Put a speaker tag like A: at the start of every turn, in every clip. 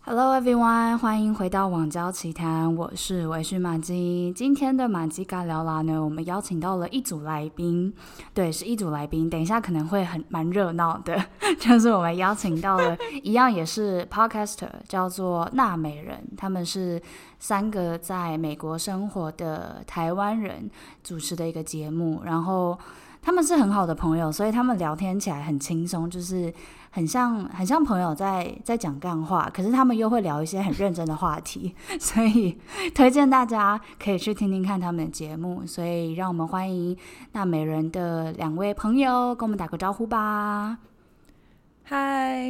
A: Hello everyone，欢迎回到网交奇谈，我是维讯马基。今天的马基尬聊啦呢，我们邀请到了一组来宾，对，是一组来宾。等一下可能会很蛮热闹的， 就是我们邀请到了一样也是 podcaster，叫做娜美人，他们是三个在美国生活的台湾人主持的一个节目，然后。他们是很好的朋友，所以他们聊天起来很轻松，就是很像很像朋友在在讲干话，可是他们又会聊一些很认真的话题， 所以推荐大家可以去听听看他们的节目。所以让我们欢迎那美人的两位朋友，跟我们打个招呼吧。
B: 嗨，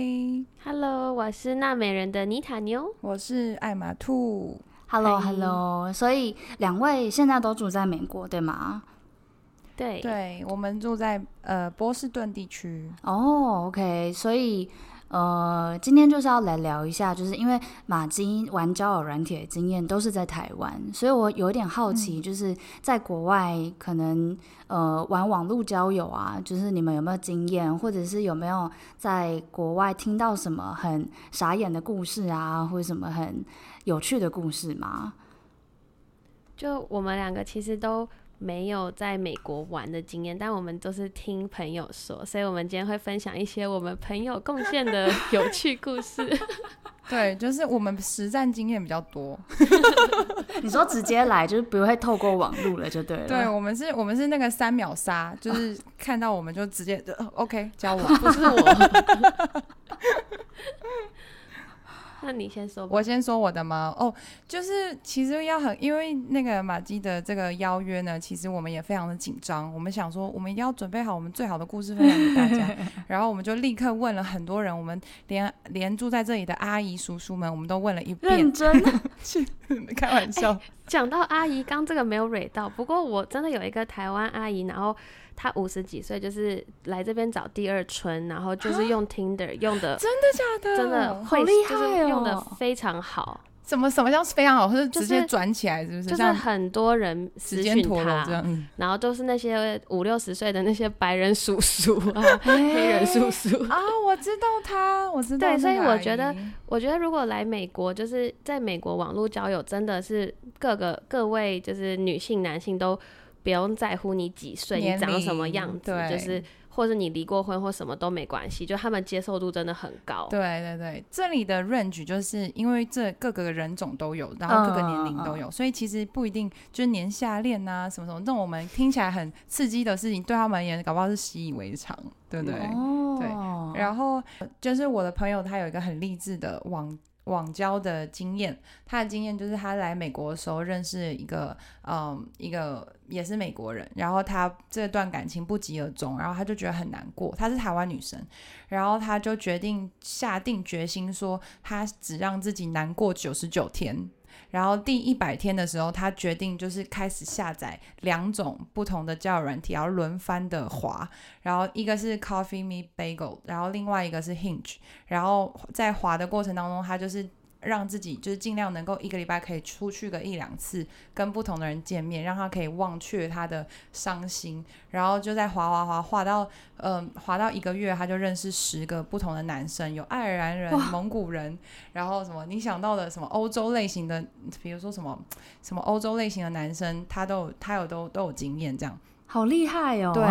C: Hello，我是娜美人的妮塔妞。
B: 我是艾玛兔。
C: 嗨
A: Hello，Hello，所以两位现在都住在美国，对吗？
C: 对，
B: 对，我们住在呃波士顿地区。
A: 哦、o k 所以呃，今天就是要来聊一下，就是因为马基玩交友软体的经验都是在台湾，所以我有点好
B: 嗯
A: 奇，就是在国外可能呃玩网络交友啊，就是你们有没有经验，或者是有没有在国外听到什么很傻眼的故事啊，或者什么很有趣的故事吗？
C: 就我们两个其实都没有在美国玩的经验，但我们都是听朋友说，所以我们今天会分享一些我们朋友贡献的有趣故事。
B: 对，就是我们实战经验比较多。
A: 你说直接来，就是不会透过网络了，就对了。
B: 对，我们是，我们是那个三秒杀，就是 看到我们就直接、呃 OK 交往。
C: 哦不是我。那你先说吧。
B: 我先说我的吗？哦，就是其实要很，因为那个马基的这个邀约呢，其实我们也非常的紧张。我们想说，我们一定要准备好我们最好的故事分享给大 家。然后我们就立刻问了很多人，我们连连住在这里的阿姨叔叔们，我们都问了一遍
A: 认。真，啊
B: 开玩笑，
C: 讲到阿姨，刚这个没有蕊到，不过我真的有一个台湾阿姨，然后她五十几岁，就是来这边找第二春，然后就 是用 Tinder 用的
B: 真的假的？
C: 真
A: 好
C: 的会
A: 厉
C: 就是
A: 害
C: 用的
A: 哦
C: 非常好，
B: 什么什么叫非常好？是
C: 就
B: 直接
C: 是
B: 转起来，是不是？
C: 就是
B: 像
C: 很多人
B: 时
C: 私
B: 间
C: 讯
B: 陀螺这
C: 他，
B: 样。嗯
C: 然后都是那些五六十岁的那些白人叔叔
B: 哦
C: 啊、黑人叔叔。
B: 啊，我知道他，我知道
C: 对
B: 这个
C: 所
B: 阿姨。
C: 以我觉得我觉得如果来美国，就是在美国网络交友，真的是各个各位就是女性男性都不用在乎你几岁、
B: 年
C: 你长什么
B: 龄
C: 样子，
B: 对
C: 就是或是你离过婚或什么都没关系，就他们接受度真的很高。
B: 对对对，这里的 range 就是因为这各个人种都有，然后各个年龄都有，所以其实不一定就是年下恋呐、什么什么，那种我们听起来很刺激的事情，对他们而言搞不好是习以为常，对不对？
A: 哦，
B: 然后呃就是我的朋友，他有一个很励志的网网交的经验。他的经验就是他来美国的时候认识一个嗯一个也是美国人，然后他这段感情不疾而终，然后他就觉得很难过。她是台湾女生，然后他就决定下定决心说，他只让自己难过九十九天。然后第一百天的时候，他决定就是开始下载两种不同的交友软体，然后轮番的滑，然后一个是 Coffee Me Bagel，然后另外一个是 Hinge，然后在滑的过程当中，他就是让自己就是尽量能够一个礼拜可以出去个一两次，跟不同的人见面，让他可以忘却他的伤心，然后就在滑滑滑滑到嗯、滑到一个月，他就认识十个不同的男生，有爱尔兰人、蒙古人，然后什么你想到的什么欧洲类型的，比如说什么什么欧洲类型的男生，他都有他有都都有经验这样。
A: 好厉害哦！
B: 对，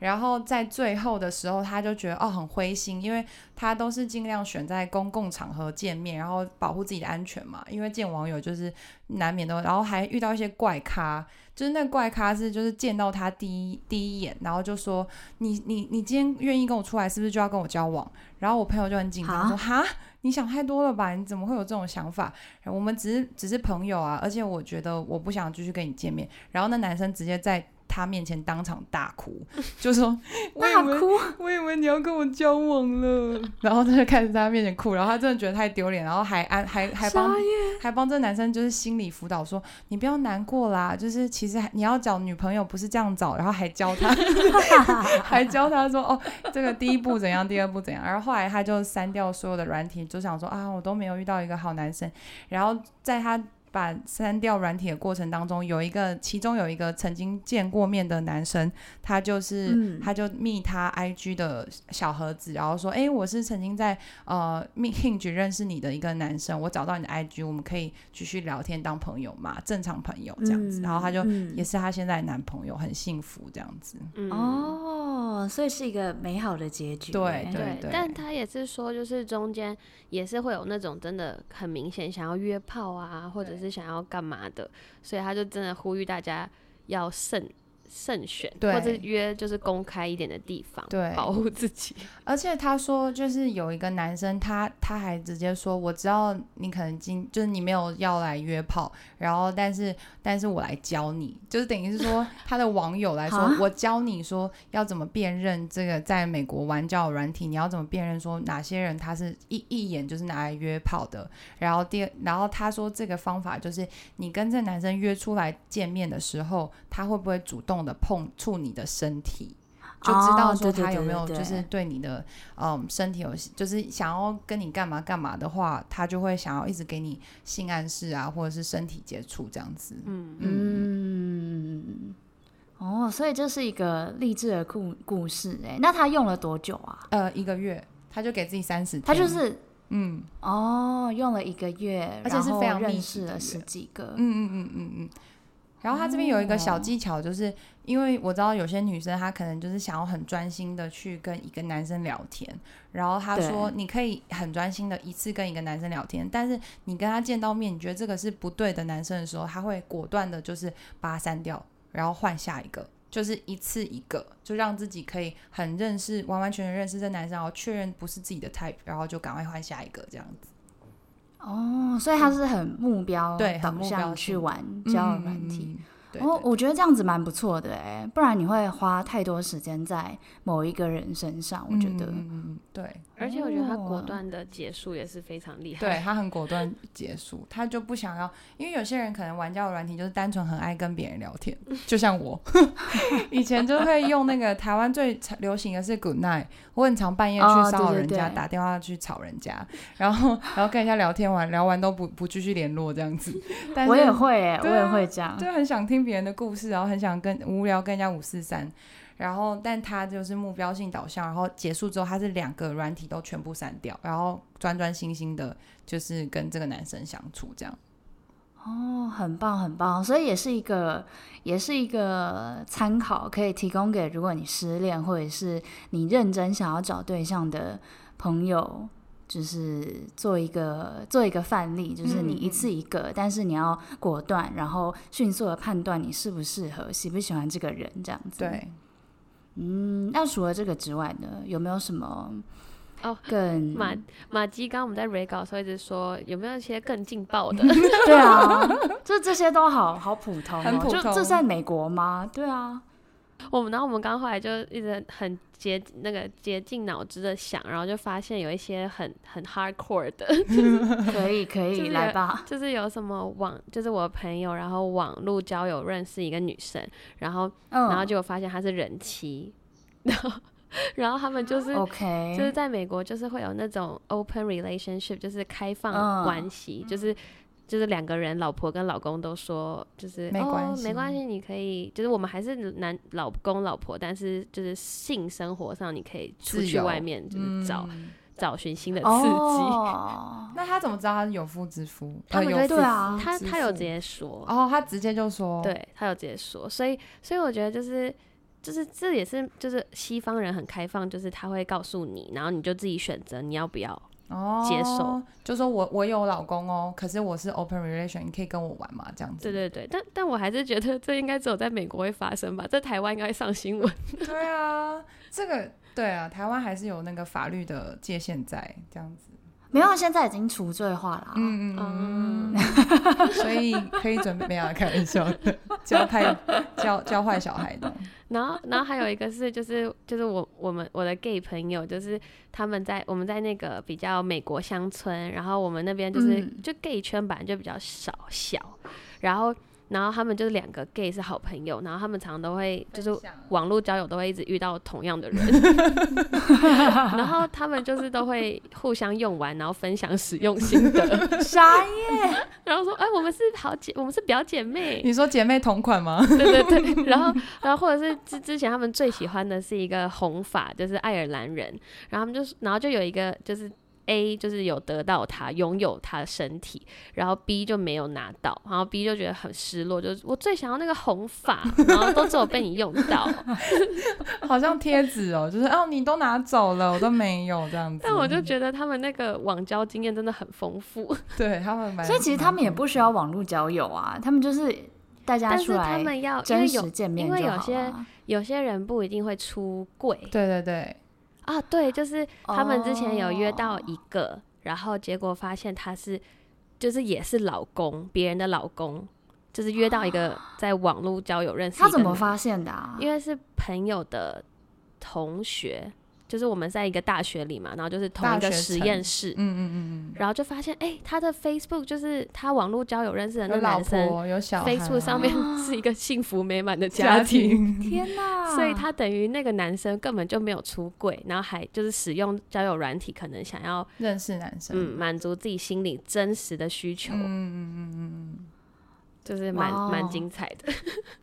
B: 然后在最后的时候，他就觉得哦很灰心，因为他都是尽量选在公共场合见面，然后保护自己的安全嘛，因为见网友就是难免都，然后还遇到一些怪咖，就是那怪咖是就是见到他第一第一眼，然后就说你你你今天愿意跟我出来，是不是就要跟我交往？然后我朋友就很紧张
A: 啊
B: 说哈。你想太多了吧？你怎么会有这种想法？我们只是只是朋友啊，而且我觉得我不想继续跟你见面。然后那男生直接在他面前当场大 哭，就说：“我以
A: 大
B: 为
A: 哭，
B: 我以为你要跟我交往了。”然后他就开始在他面前哭，然后他真的觉得太丢脸，然后还安还还帮
A: 傻眼
B: 还帮这男生就是心理辅导说：“你不要难过啦，就是其实还你要找女朋友不是这样找。”然后还教他 还教他说：“哦，这个第一步怎样，第二步怎样。”然后后来他就删掉所有的软体，就想说：“啊，我都没有遇到一个好男生。”然后在他把删掉软体的过程当中，有一个其中有一个曾经见过面的男生，他就是、
A: 嗯
B: 他就密他 IG 的小盒子，然后说，哎、我是曾经在呃密 Hinge 认识你的一个男生，我找到你的 IG，我们可以继续聊天当朋友嘛，正常朋友这样子，
A: 嗯
B: 然后他就
A: 嗯
B: 也是他现在的男朋友，很幸福这样子，
C: 嗯，
A: 哦，所以是一个美好的结局欸。
B: 对
C: 对
B: 对
C: 但他也是说，就是中间也是会有那种真的很明显想要约炮啊，或者是想要干嘛的，所以他就真的呼吁大家要慎慎选，
B: 对
C: 或者约就是公开一点的地方，
B: 对
C: 保护 自己。
B: 而且他说，就是有一个男生他，他还直接说，我知道你可能今就是你没有要来约炮，然后但是但是我来教你，就是等于是说他的网友来说
A: 啊，
B: 我教你说要怎么辨认这个在美国玩交友软体，你要怎么辨认说哪些人他是一一眼就是拿来约炮的，然后第二，然后他说这个方法就是你跟这男生约出来见面的时候，他会不会主动的碰触你的身体，就知道
A: 哦
B: 说
A: 对对
B: 他有
A: 对
B: 没有
A: 对
B: 就是对你的嗯身体有就是想要跟你干嘛干嘛的话，他就会想要一直给你性暗示啊，或者是身体接触这样子。
C: 嗯，
A: 嗯，哦，所以这是一个励志的故故事哎。那他用了多久啊？
B: 呃，一个月他就给自己三十，
A: 他就是
B: 嗯
A: 哦，用了一个月，
B: 而且是
A: 然后
B: 非常密
A: 认
B: 集
A: 识
B: 的
A: 了
B: 约
A: 十几个
B: 嗯。嗯嗯嗯嗯。然后他这边有一个小技巧，就是因为我知道有些女生她可能就是想要很专心的去跟一个男生聊天，然后他说
A: 对
B: 你可以很专心的一次跟一个男生聊天，但是你跟他见到面，你觉得这个是不对的男生的时候，他会果断的就是把他删掉，然后换下一个。就是一次一个，就让自己可以很认识、完完全全认识这男生，然后确认不是自己的 type，然后就赶快换下一个这样子。
A: 哦，所以他是很目标
B: 对很
A: 导
B: 目
A: 向
B: 标
A: 去
B: 性
A: 玩交友
B: 嗯
A: 软体。，
B: 对
A: 哦，我觉得这样子蛮不错的哎，不然你会花太多时间在某一个人身上，我觉得。
B: 嗯嗯嗯对，
C: 而且我觉得他
A: 哦
C: 果断的结束也是非常厉害。
B: 对，他很果断结束，他就不想要，因为有些人可能玩交友软体就是单纯很爱跟别人聊天，就像我 以前就会用那个台湾最流行的是 Good Night，我很常半夜去
A: 哦
B: 骚扰
A: 对对
B: 人家，
A: 对
B: 打电话去吵人家，然后然后跟人家聊天完，聊完都不不继续联络这样子， 但是
A: 我也会哎、我
B: 对啊
A: 也会这样。
B: 就很想听别人的故事，然后很想跟无聊跟人家五四三，然后但他就是目标性导向，然后结束之后他是两个软体都全部删掉，然后专专心心的，就是跟这个男生相处这样。
A: 哦，很棒很棒，所以也是一个也是一个参考，可以提供给如果你失恋或者是你认真想要找对象的朋友。就是做一个做一个范例，就是你
B: 嗯嗯
A: 一次一个，但是你要果断，然后迅速的判断你适不适合、喜不喜欢这个人，这样子。，
B: 对，
A: 嗯，那除了这个之外呢，有没有什么
C: 哦
A: 更
C: 马
B: 嗯
C: 马基刚刚我们在 re 稿的时候一直说有没有一些更劲爆 的？
A: 对啊，就这些都好好普通、哦，
B: 很普
A: 就这
B: 通
A: 在美国吗？对啊，
C: 我们然后我们刚后来就一直很竭那个竭尽脑汁的想，然后就发现有一些很很 hardcore 的，
A: 可以可
C: 就
A: 以，
C: 是
A: 来吧。
C: 就是有什么网，就是我朋友，然后网络交友认识一个女生，然后
A: 嗯，
C: 然后结果发现她是人妻， 然后然后他们就是。
A: 哦 OK，
C: 就是在美国，就是会有那种 open relationship，就是开
A: 嗯
C: 放关系，就是就是两个人，老婆跟老公都说，就是
B: 没关
C: 哦、
B: 系
C: 没关系，你可以，就是我们还是男老公老婆，但是就是性生活上你可以出
B: 自
C: 去
B: 由
C: 外面，就是找、
B: 嗯
C: 找寻新的刺激。
A: 哦，
B: 那他怎么知道他是有妇之夫？
C: 他
B: 呃
C: 们
B: 有
C: 就会
B: 妇
A: 对啊
C: 他
B: 之
C: 他有
B: 父
C: 直接说，
B: 哦，他直接就说，，
C: 对他有直接说，所以所以我觉得就是就是这也是就是西方人很开放，就是他会告诉你，然后你就自己选择你要不要。
B: 哦，
C: 接受，
B: 就说我我有老公哦，可是我是 open relation，你可以跟我玩嘛，这样
C: 对
B: 子。
C: 对对，但但我还是觉得这应该只有在美国会发生吧，在台湾应该会上新闻。
B: 对对啊，这个对啊，台湾还是有那个法律的界限在这样子。
A: 没有，啊现在已经除罪化
C: 哦
A: 了啊。
B: 嗯嗯嗯。
C: 嗯，
B: 所以可以准备没有啊开玩笑的，教坏教教坏小孩的。
C: 然后然后还有一个是就是就是我我们我的 gay 朋友，就是他们在我们在那个比较美国乡村，然后我们那边就是、
A: 嗯
C: 就 gay 圈本来就比较少小，然后。然后他们就是两个 gay 是好朋友，然后他们常常都会就是
B: 分享
C: 网络交友都会一直遇到同样的人，然后他们就是都会互相用完，然后分享使用心得，
A: 傻耶！
C: 然后说哎、我们是好姐，我们是表姐妹，
B: 你说姐妹同款吗？
C: 对对对，然后然后或者是之之前他们最喜欢的是一个红发，就是爱尔兰人，然后他们就是然后就有一个就是 A 就是有得到他拥有他身体，然后 B 就没有拿到，然后 B 就觉得很失落，就是我最想要那个红发，然后都只有被你用到，
B: 好像贴纸哦，就是哦，你都拿走了，我都没有这样子。
C: 但我就觉得他们那个网交经验真的很丰富，
B: 对他们蛮，
A: 所以其实他们也不需要网络交友啊，他们就是大家
C: 但
A: 出
C: 是他
A: 来
C: 们要因为
A: 真实
C: 有
A: 见面
C: 因为
A: 就
C: 有
A: 好了。
C: 有些人不一定会出柜
B: 对对对，
C: 啊，对，就是他们之前有约到
A: 哦
C: 一个，然后结果发现他是，就是也是老公，别人的老公，就是约到一个在网络交友认识。
A: 他怎么？发现的啊？
C: 因为是朋友的同学，就是我们在一个大学里嘛，然后就是同
B: 大
C: 一个
B: 学
C: 实
B: 城
C: 验室
B: 嗯，嗯嗯
C: 然后就发现，哎、他的 Facebook 就是他网络交友认识的
B: 嗯，
C: 那
B: 有老
C: 男生
B: 婆有小孩
C: ，Facebook 上面
A: 啊
C: 是一个幸福美满的
B: 家
C: 庭。
B: 庭，
A: 天哪！
C: 所以他等于那个男生根本就没有出柜，然后还就是使用交友软体，可能想要
B: 认识男生，
C: 嗯满足自己心里真实的需求，
B: 嗯嗯嗯嗯嗯，
C: 就是蛮
A: 哇哦
C: 蛮精彩的。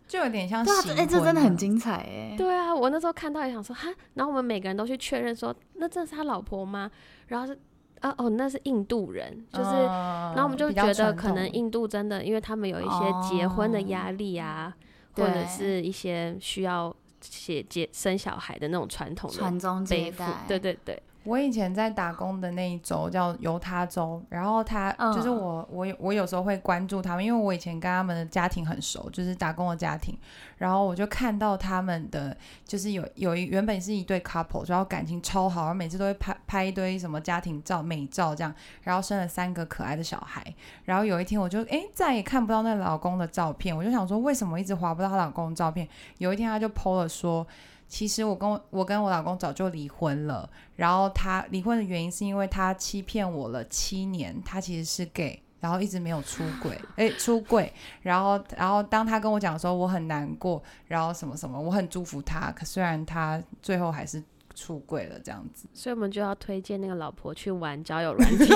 B: 就有点像
A: 对啊，这
B: 行婚
A: 哎、
B: 啊
A: 这真的很精彩哎、
C: 对啊，我那时候看到也想说哈，然后我们每个人都去确认说，那真的是他老婆吗？然后是啊哦，那是印度人，就是。
B: 嗯
C: 然后我们就
B: 比较
C: 觉得，
B: 传
C: 可能
B: 统
C: 印度真的，因为他们有一些结婚的压力啊，
A: 哦
C: 或者
A: 对
C: 是一些需要写结生小孩的那种传统的
A: 传宗接
C: 背负
A: 代，，
C: 对对对，
B: 我以前在打工的那一州叫犹他州，然后他、
A: 嗯
B: 就是我，我有我有时候会关注他们，因为我以前跟他们的家庭很熟，就是打工的家庭，然后我就看到他们的就是有有一原本是一对 couple，然后感情超好，然后每次都会拍拍一堆什么家庭照、美照这样，然后生了三个可爱的小孩，然后有一天我就诶再也看不到那老公的照片，我就想说为什么一直划不到她老公的照片？有一天她就 PO 了说，其实我跟我我跟我老公早就离婚了，然后他离婚的原因是因为他欺骗我了七年，他其实是 gay。然后一直没有出轨， 诶，出轨。然后，然后当他跟我讲说我很难过，然后什么什么，我很祝福他。可虽然他最后还是出轨了，这样 子，
C: 所以我们就要推荐那个老婆去玩交友软体，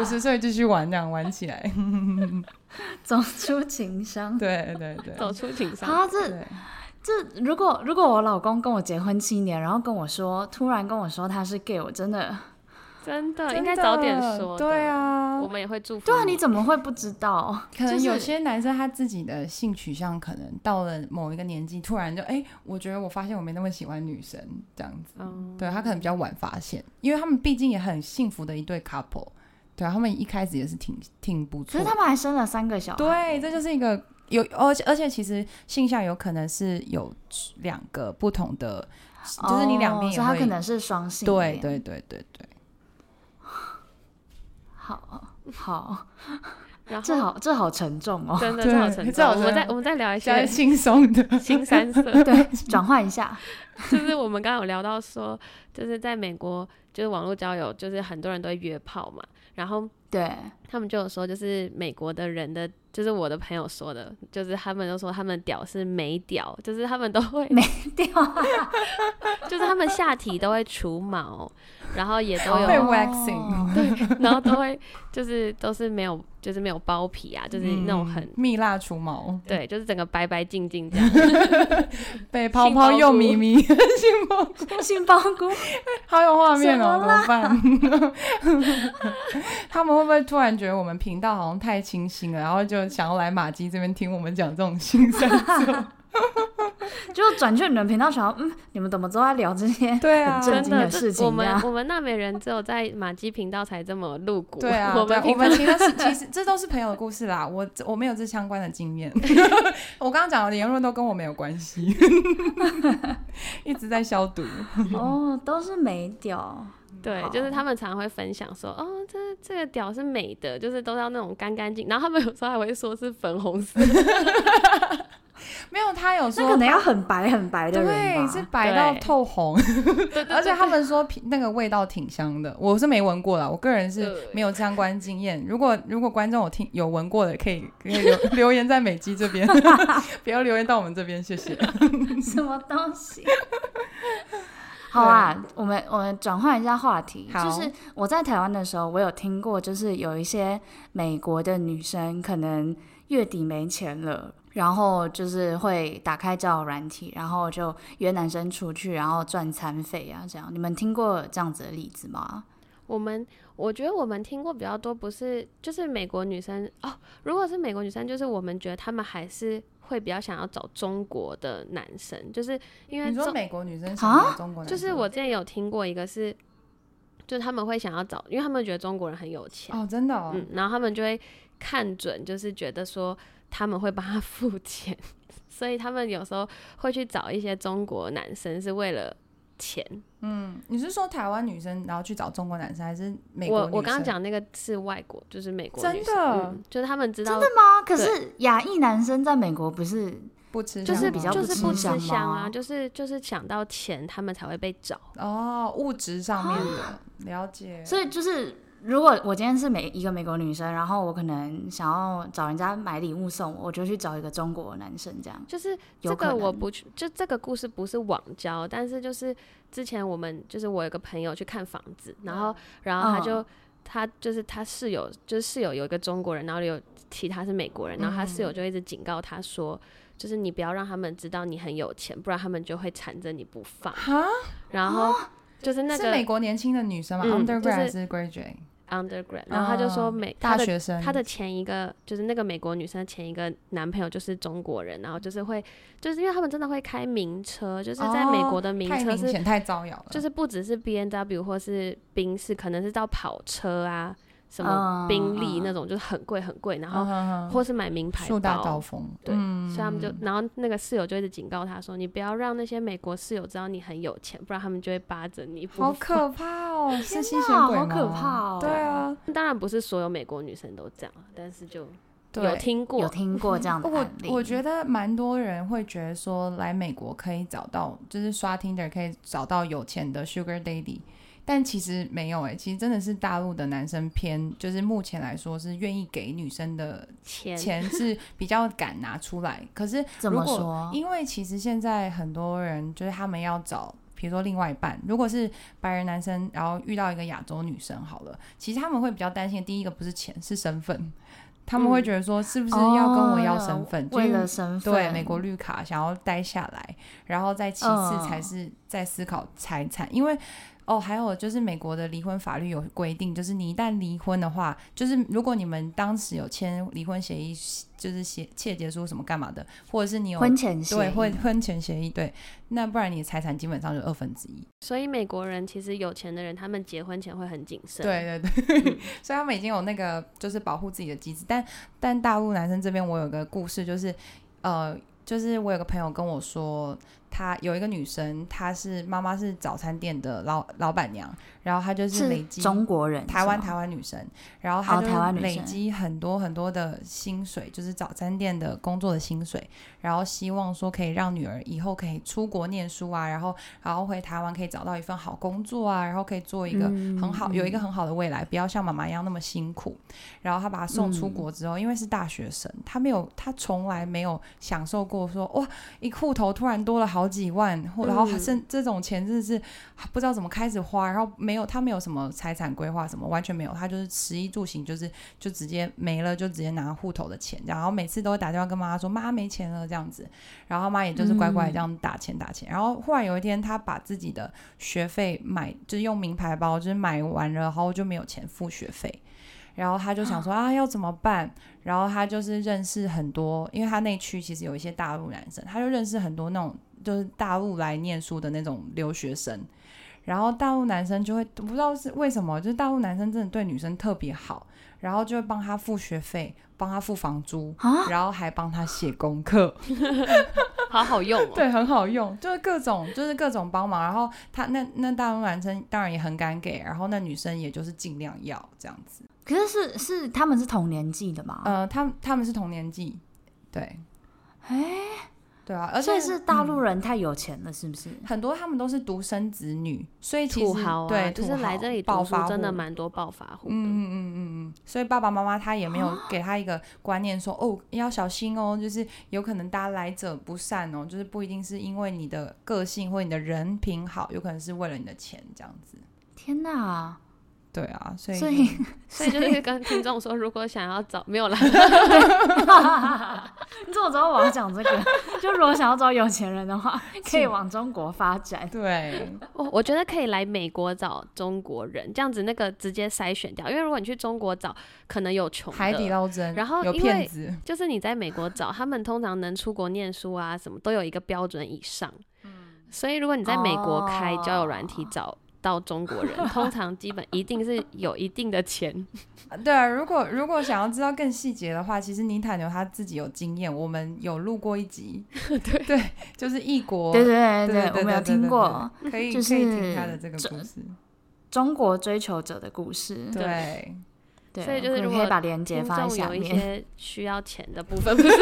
B: 五十岁继续玩，这样玩起 来。
A: 走出情 商。
B: 对对对，
C: 走出情商。
A: 啊，这
B: 对，
A: 这如果如果我老公跟我结婚七年，然后跟我说，突然跟我说他是 gay，我真的，
C: 真的
B: 真
C: 应该
B: 的
C: 早点说。
B: 对，啊
C: 我，们也会祝福。
A: 对啊，你怎么会不知道？
B: 可能
A: 就是
B: 有些男生他自己的性取向，可能到了某一个年纪，突然就哎、我觉得我发现我没那么喜欢女生这样子。
C: 嗯，
B: 对他可能比较晚发现，因为他们毕竟也很幸福的一对 couple，对啊，他们一开始也是挺挺不
A: 可
B: 错
A: 是
B: 的。
A: 他们还生了三个小孩，
B: 对，这就是一个有，而且而且其实性向有可能是有两个不同的，
A: 哦，
B: 就是你两边也
A: 所以他可
B: 会。
A: 能是双性
B: 对
A: 恋
B: 对对对对，
A: 好好，
C: 然后
A: 这好这好沉重 哦。
C: 真的
B: 对
C: 这好沉
B: 这
C: 重。
B: 好
C: 我们
B: 沉
C: 再我们再聊一
B: 加
C: 些
B: 轻松的，
A: 嗯
C: 新三色，
A: 对，转换一下，
C: 就是我们刚刚有聊到说，就是在美国，就是网络交友，就是很多人都会约炮嘛，然后
A: 对，
C: 他们就有说，就是美国的人的，就是我的朋友说的，就是他们都说他们屌是美屌，就是他们都会
A: 美屌，
C: 就是他们下体都会除毛，然后也都有
B: 被
A: 哦
B: waxing
C: 然后都会就是都是没有就是没有包皮啊，就是那种很、
B: 嗯 蜜蜡除毛，
C: 对，就是整个白白净 净这样。
B: 被泡
C: 杏鲍
B: 泡又
C: 菇
B: 咪咪，幸 福。
A: 杏鲍菇，
B: 好有画面哦，
A: 什
B: 怎
A: 么
B: 么办？ 他们会不会突然觉得我们频道好像太清新了，然后就想要来马基这边听我们讲这种新三色？
A: 就转去你们频道想要，嗯，你们怎么都在聊这 些？
B: 对啊，
A: 很
C: 真
A: 震惊
C: 的，
A: 的
C: 这
A: 事情
C: 我们
A: 呀
C: 我们那美人只有在马基频道才这么露骨。
B: 对啊，
C: 我
B: 对
C: 们
B: 啊我
C: 平
B: 们
C: 常
B: 其实是其实这都是朋友的故事啦，我我没有这相关的经 验，我刚刚讲的言论都跟我没有关系，一直在消毒。
A: 哦，都是美屌，
C: 对，就是他们常会分享说，哦，这这个屌是美的，就是都要那种干干净，然后他们有时候还会说是粉红色，
B: 没有，他有
A: 那
B: 说
A: 可能要很白很白的人
B: 对，是
A: 吧。
B: 白到
C: 对
B: 透红， 而且他们说皮那个味道挺香的，我是没闻过啦，我个人是
C: 对
B: 没有相关经验。如果如果观众有听有闻过的，可以可以留留言在美姬这 边，不要留言到我们这边，谢谢。
A: 什么东 西？好啊，我们我们转换一下话题，
B: 好
A: 就是我在台湾的时候，我有听过，就是有一些美国的女生可能月底没钱了。然后就是会打开交友软体，然后就约男生出去，然后赚餐费啊，这样。你们听过这样子的例子吗？
C: 我们我觉得我们听过比较多，不是就是美国女生哦，如果是美国女生，就是我们觉得她们还是会比较想要找中国的男生，就是因为
B: 你说
C: 中
B: 美国女生喜
A: 啊
B: 欢中国男生，
C: 就是我之前有听过一个是，就是他们会想要找，因为他们觉得中国人很有钱，
B: 哦，真的哦，
C: 嗯，然后他们就会看准，就是觉得说他们会帮他付钱， 所以他们有时候会去找一些中国男生是为了钱。
B: 嗯，你是说台湾女生然后去找中国男生，还是美国
C: 我
B: 女生？
C: 我刚刚讲那个是外国，就是美国
B: 真
C: 女生
B: 的
C: 嗯就是他们知道
A: 真的吗？啊可是亚裔男生在美国不是
B: 不吃
C: 就
B: 香
C: 是
B: 吗，
A: 比较
C: 就是
A: 不
C: 不
A: 吃香
C: 吃香啊，
A: 吗
C: 就是就是想到钱，他们才会被找。
B: 哦，物质上面
C: 啊
B: 的了解，
A: 所以就是，如果我今天是美一个美国女生，然后我可能想要找人家买礼物送我，我就去找一个中国男生这样。
C: 就是
A: 有
C: 这
A: 可
C: 个我
A: 能
C: 不去，就这个故事不是网交，但是就是之前我们就是我有个朋友去看房子，然
A: 嗯
C: 后然后他就、他就是他室友就是室友有一个中国人，然后有其他是美国人，然后他
A: 嗯
C: 室友就一直警告他说，就是你不要让他们知道你很有钱，不然他们就会缠着你不放。
B: 哈，
C: 然后
A: 哦
C: 就是那
B: 是美
C: 个
B: 国年轻的女生嘛、u
C: 嗯
B: n d e r g r a d 还
C: 就是
B: graduate？
C: undergrad，然后他就说
B: 啊
C: 美他
B: 大
C: 的
B: 学生，
C: 她的前一个就是那个美国女生的前一个男朋友就是中国人，然后就是会，就是因为他们真的会开名车，就是在美国的名
B: 哦太
C: 车
B: 明
C: 是、
B: 显太招摇了，
C: 就是不只是 B N W 或是宾士，可能是到跑车啊，什么
A: 嗯
C: 宾利
A: 嗯
C: 那种，就是很贵很贵，然后
B: 嗯
C: 或是买名牌
B: 树大招
C: 包。
B: 风，
C: 对，
B: 嗯
C: 所以他们就，然后那个室友就一直警告他说：“你不要让那些美国室友知道你很有钱，不然他们就会扒着你不
B: 好
C: 放。
B: 可怕哦，是吸血
A: 哪
B: 鬼
A: 好
B: 吗
A: 可怕哦
B: 对啊，
C: 当然不是所有美国女生都这样，啊但是就有
B: 对。
C: 听过
A: 有听过这样的
B: 我
A: 案例？
B: 我觉得蛮多人会觉得说，来美国可以找到，就是刷 Tinder 可以找到有钱的 Sugar Daddy，但其实没有诶、欸其实真的是大陆的男生偏，就是目前来说是愿意给女生的
C: 钱
B: 钱是比较敢拿出来，可是
A: 怎
B: 如
A: 么
B: 果
A: 说？
B: 因为其实现在很多人就是他们要找，比如说另外一半，如果是白人男生，然后遇到一个亚洲女生好了，其实他们会比较担心，第一个不是钱，是身份，他们会觉得说是不是要跟我要身份，
A: 哦嗯
B: 就
A: 为
B: 因为
A: 了 身份，
B: 对美国绿卡想要待下来，然后再其次
A: 嗯
B: 才是在思考财产，因为。哦，还有就是美国的离婚法律有规定，就是你一旦离婚的话，就是如果你们当时有签离婚协议，就是协切结书什么干嘛的，或者是你有
A: 婚前协
B: 对，
A: 议
B: 婚婚前协议，对，那不然你的财产基本上就二分之一。
C: 所以美国人其实有钱的人，他们结婚前会很谨慎。，
B: 对对对， 所以他们已经有那个就是保护自己的机制，但但大陆男生这边我有个故事，就是呃，就是我有个朋友跟我说，她有一个女生，她是妈妈是早餐店的老老板娘，然后她就是累
A: 是
B: 积
A: 中国人，
B: 台湾
A: 是吗
B: 台湾女生，然后她
A: 哦台湾
B: 就
A: 女
B: 累
A: 生
B: 积很多很多的薪水，就是早餐店的工作的薪水，然后希望说可以让女儿以后可以出国念书啊，然后然后回台湾可以找到一份好工作啊，然后可以做一个
A: 嗯
B: 很好、有一个
A: 嗯
B: 很好的未来，不要像妈妈一样那么辛苦。然后她把她送出
A: 嗯
B: 国之后，因为是大学生，她没有她从来没有享受过说哇一户头突然多了好几万，或然后
C: 嗯
B: 甚这种钱真的是不啊知道怎么开始花，然后没有他没有什么财产规划什么，完全没有，他就是食衣住行就是就直接没了，就直接拿户头的钱，然后每次都会打电话跟妈妈说妈没钱了这样子，然后妈也就是乖乖这样打钱打钱，然后忽然有一天他把自己的学费买就是用名牌包就是买完了，然后就没有钱付学费。然后他就想说啊，要怎么办？然后他就是认识很多，因为他那区其实有一些大陆男生，他就认识很多那种就是大陆来念书的那种留学生。然后大陆男生就会不知道是为什么，就是大陆男生真的对女生特别好，然后就会帮他付学费，帮他付房租，
A: 啊，
B: 然后还帮他写功课。
C: 好好用 哦。
B: 对，很好用，就是各种就是各种帮忙。然后他那那大陆男生当然也很敢给，然后那女生也就是尽量要这样子。
A: 可
B: 啊嗯
A: 是是是他们是同年纪的嘛？
B: 呃，他们他们是同年纪，对，
A: 哎，
B: 对啊，而
A: 所
B: 且
A: 以是大陆人太有钱了，是不是？
B: 很多他们都是独生子女，所以其实
C: 土豪啊，
B: 对，
C: 就是
B: 土
C: 来
B: 豪
C: 这里
B: 暴
C: 读书
B: 发户
C: 真的蛮多暴发户的。
B: 嗯 嗯嗯嗯嗯，所以爸爸妈妈他也没有给他一个观念说，哦，要小心哦，就是有可能大家来者不善哦，就是不一定是因为你的个性或你的人品好，有可能是为了你的钱这样子。
A: 天哪！
B: 对啊，所以
A: 所以
C: 所以就是跟听众说，如果想要找没 有啦，
A: 你怎么知道我要讲这个？ 就如果想要找有钱人的话，可以往中国发展。
B: 对，
C: 我我觉得可以来美国找中国人，这样子那个直接筛选掉，因为如果你去中国找，可能有穷的
B: 海底捞针，
C: 然后
B: 有
C: 因
B: 骗
C: 为
B: 子，
C: 就是你在美国找，他们通常能出国念书啊，什么都有一个标准以上。
A: 嗯
C: 所以如果你在美国开交友软体
A: 哦
C: 找到中国人，通常基本一定是有一定的钱。
B: 啊对啊，如果如果想要知道更细节的话，其实尼塔牛他自己有经验，我们有录过一集，对就是异国，
A: 对对
B: 对
A: 对
B: 对
A: 我没有
B: 对
A: 听
B: 对
A: 过
B: 对可以、
A: 就
B: 可以
A: 是
B: 听他的这个
A: 这
B: 故事，
A: 中国追求者的故事。
B: 对。
A: 对，
C: 所以就是
A: 我们
C: 如
A: 可以
C: 果
A: 把链接
C: 听
A: 放
C: 众
A: 在下
C: 有一
A: 面，
C: 些需要钱的部分，不 是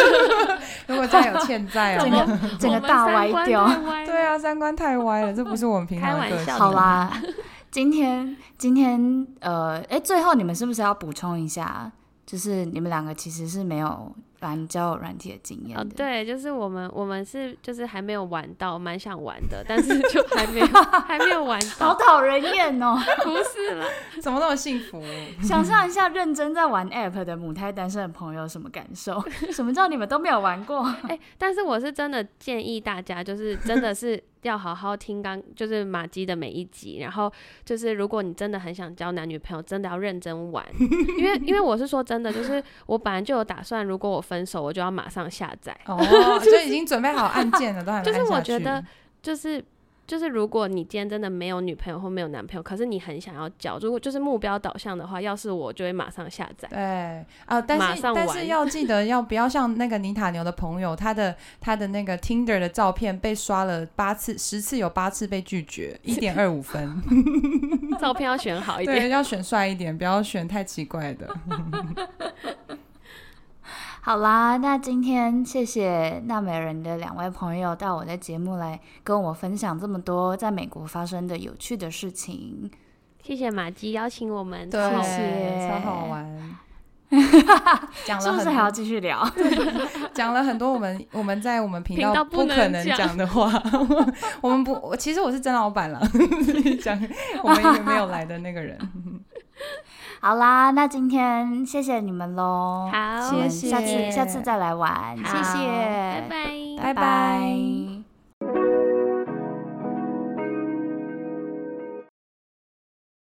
B: 如果再有欠 债
A: 整
B: 啊，
A: 个 整
C: 我
A: 个
C: 们
A: 大
C: 三
A: 歪
C: 观
A: 掉。
C: 太歪
B: 对
C: 了，
B: 啊，三观太歪了，这不是我们平常的个
C: 开玩
B: 性。
C: 笑的
A: 好，啦， 今天今天呃，哎，最后你们是不是要补充一下？就是你们两个其实是没有玩交友软体的经验
C: 哦，
A: 的。
C: 对，就是我们我们是就是还没有玩到，蛮想玩的，但是就还 没有还没有玩
A: 好
C: 到，
A: 讨人厌哦！
C: 不是啦，
B: 怎么那么幸 福？
A: 想象一下，认真在玩 App 的母胎单身的朋友什么感受？ 什么叫你们都没有玩过？
C: 哎、但是我是真的建议大家，就是真的是要好好听刚，就是马姬的每一集。然后就是，如果你真的很想交男女朋友，真的要认真玩，因为因为我是说真的，就是我本来就有打算，如果我分手，我就要马上下载。
B: 哦，就已经准备好按键了，都还没
C: 就是
B: 按下
C: 我觉
B: 去
C: 得就是就是，如果你今天真的没有女朋友或没有男朋友，可是你很想要交，如果就是目标导向的话，要是我就会马上下 载。
B: 对啊、但
C: 马
B: 是
C: 上
B: 但是
C: 玩
B: 要记得要不要像那个尼塔牛的朋友，他的他的那个 Tinder 的照片被刷了八次，十次有八次被拒绝，一点二五 分。
C: 照片要选好一点。
B: 对，要选帅一点，不要选太奇怪的。
A: 好啦，那今天谢谢纳美人的两位朋友到我的节目来跟我分享这么多在美国发生的有趣的事情。
C: 谢谢马姬邀请我们，
B: 对，
A: 谢谢
B: 超好 玩。讲
A: 是
B: 了
A: 不
B: 很
A: 是
B: 多
A: 还要继续聊？
B: 讲了很多我们我们在我们频
C: 频道不
B: 不可能
C: 能讲
B: 讲的话， 我们不，我其实我是真老 板了，讲我们也没有来的那个人，
A: 好啦，那今天谢谢你们喽。
C: 好
A: 我们
B: 谢谢
A: 下次下次再来玩，
C: 好
A: 谢谢，
C: 拜拜。
A: 拜拜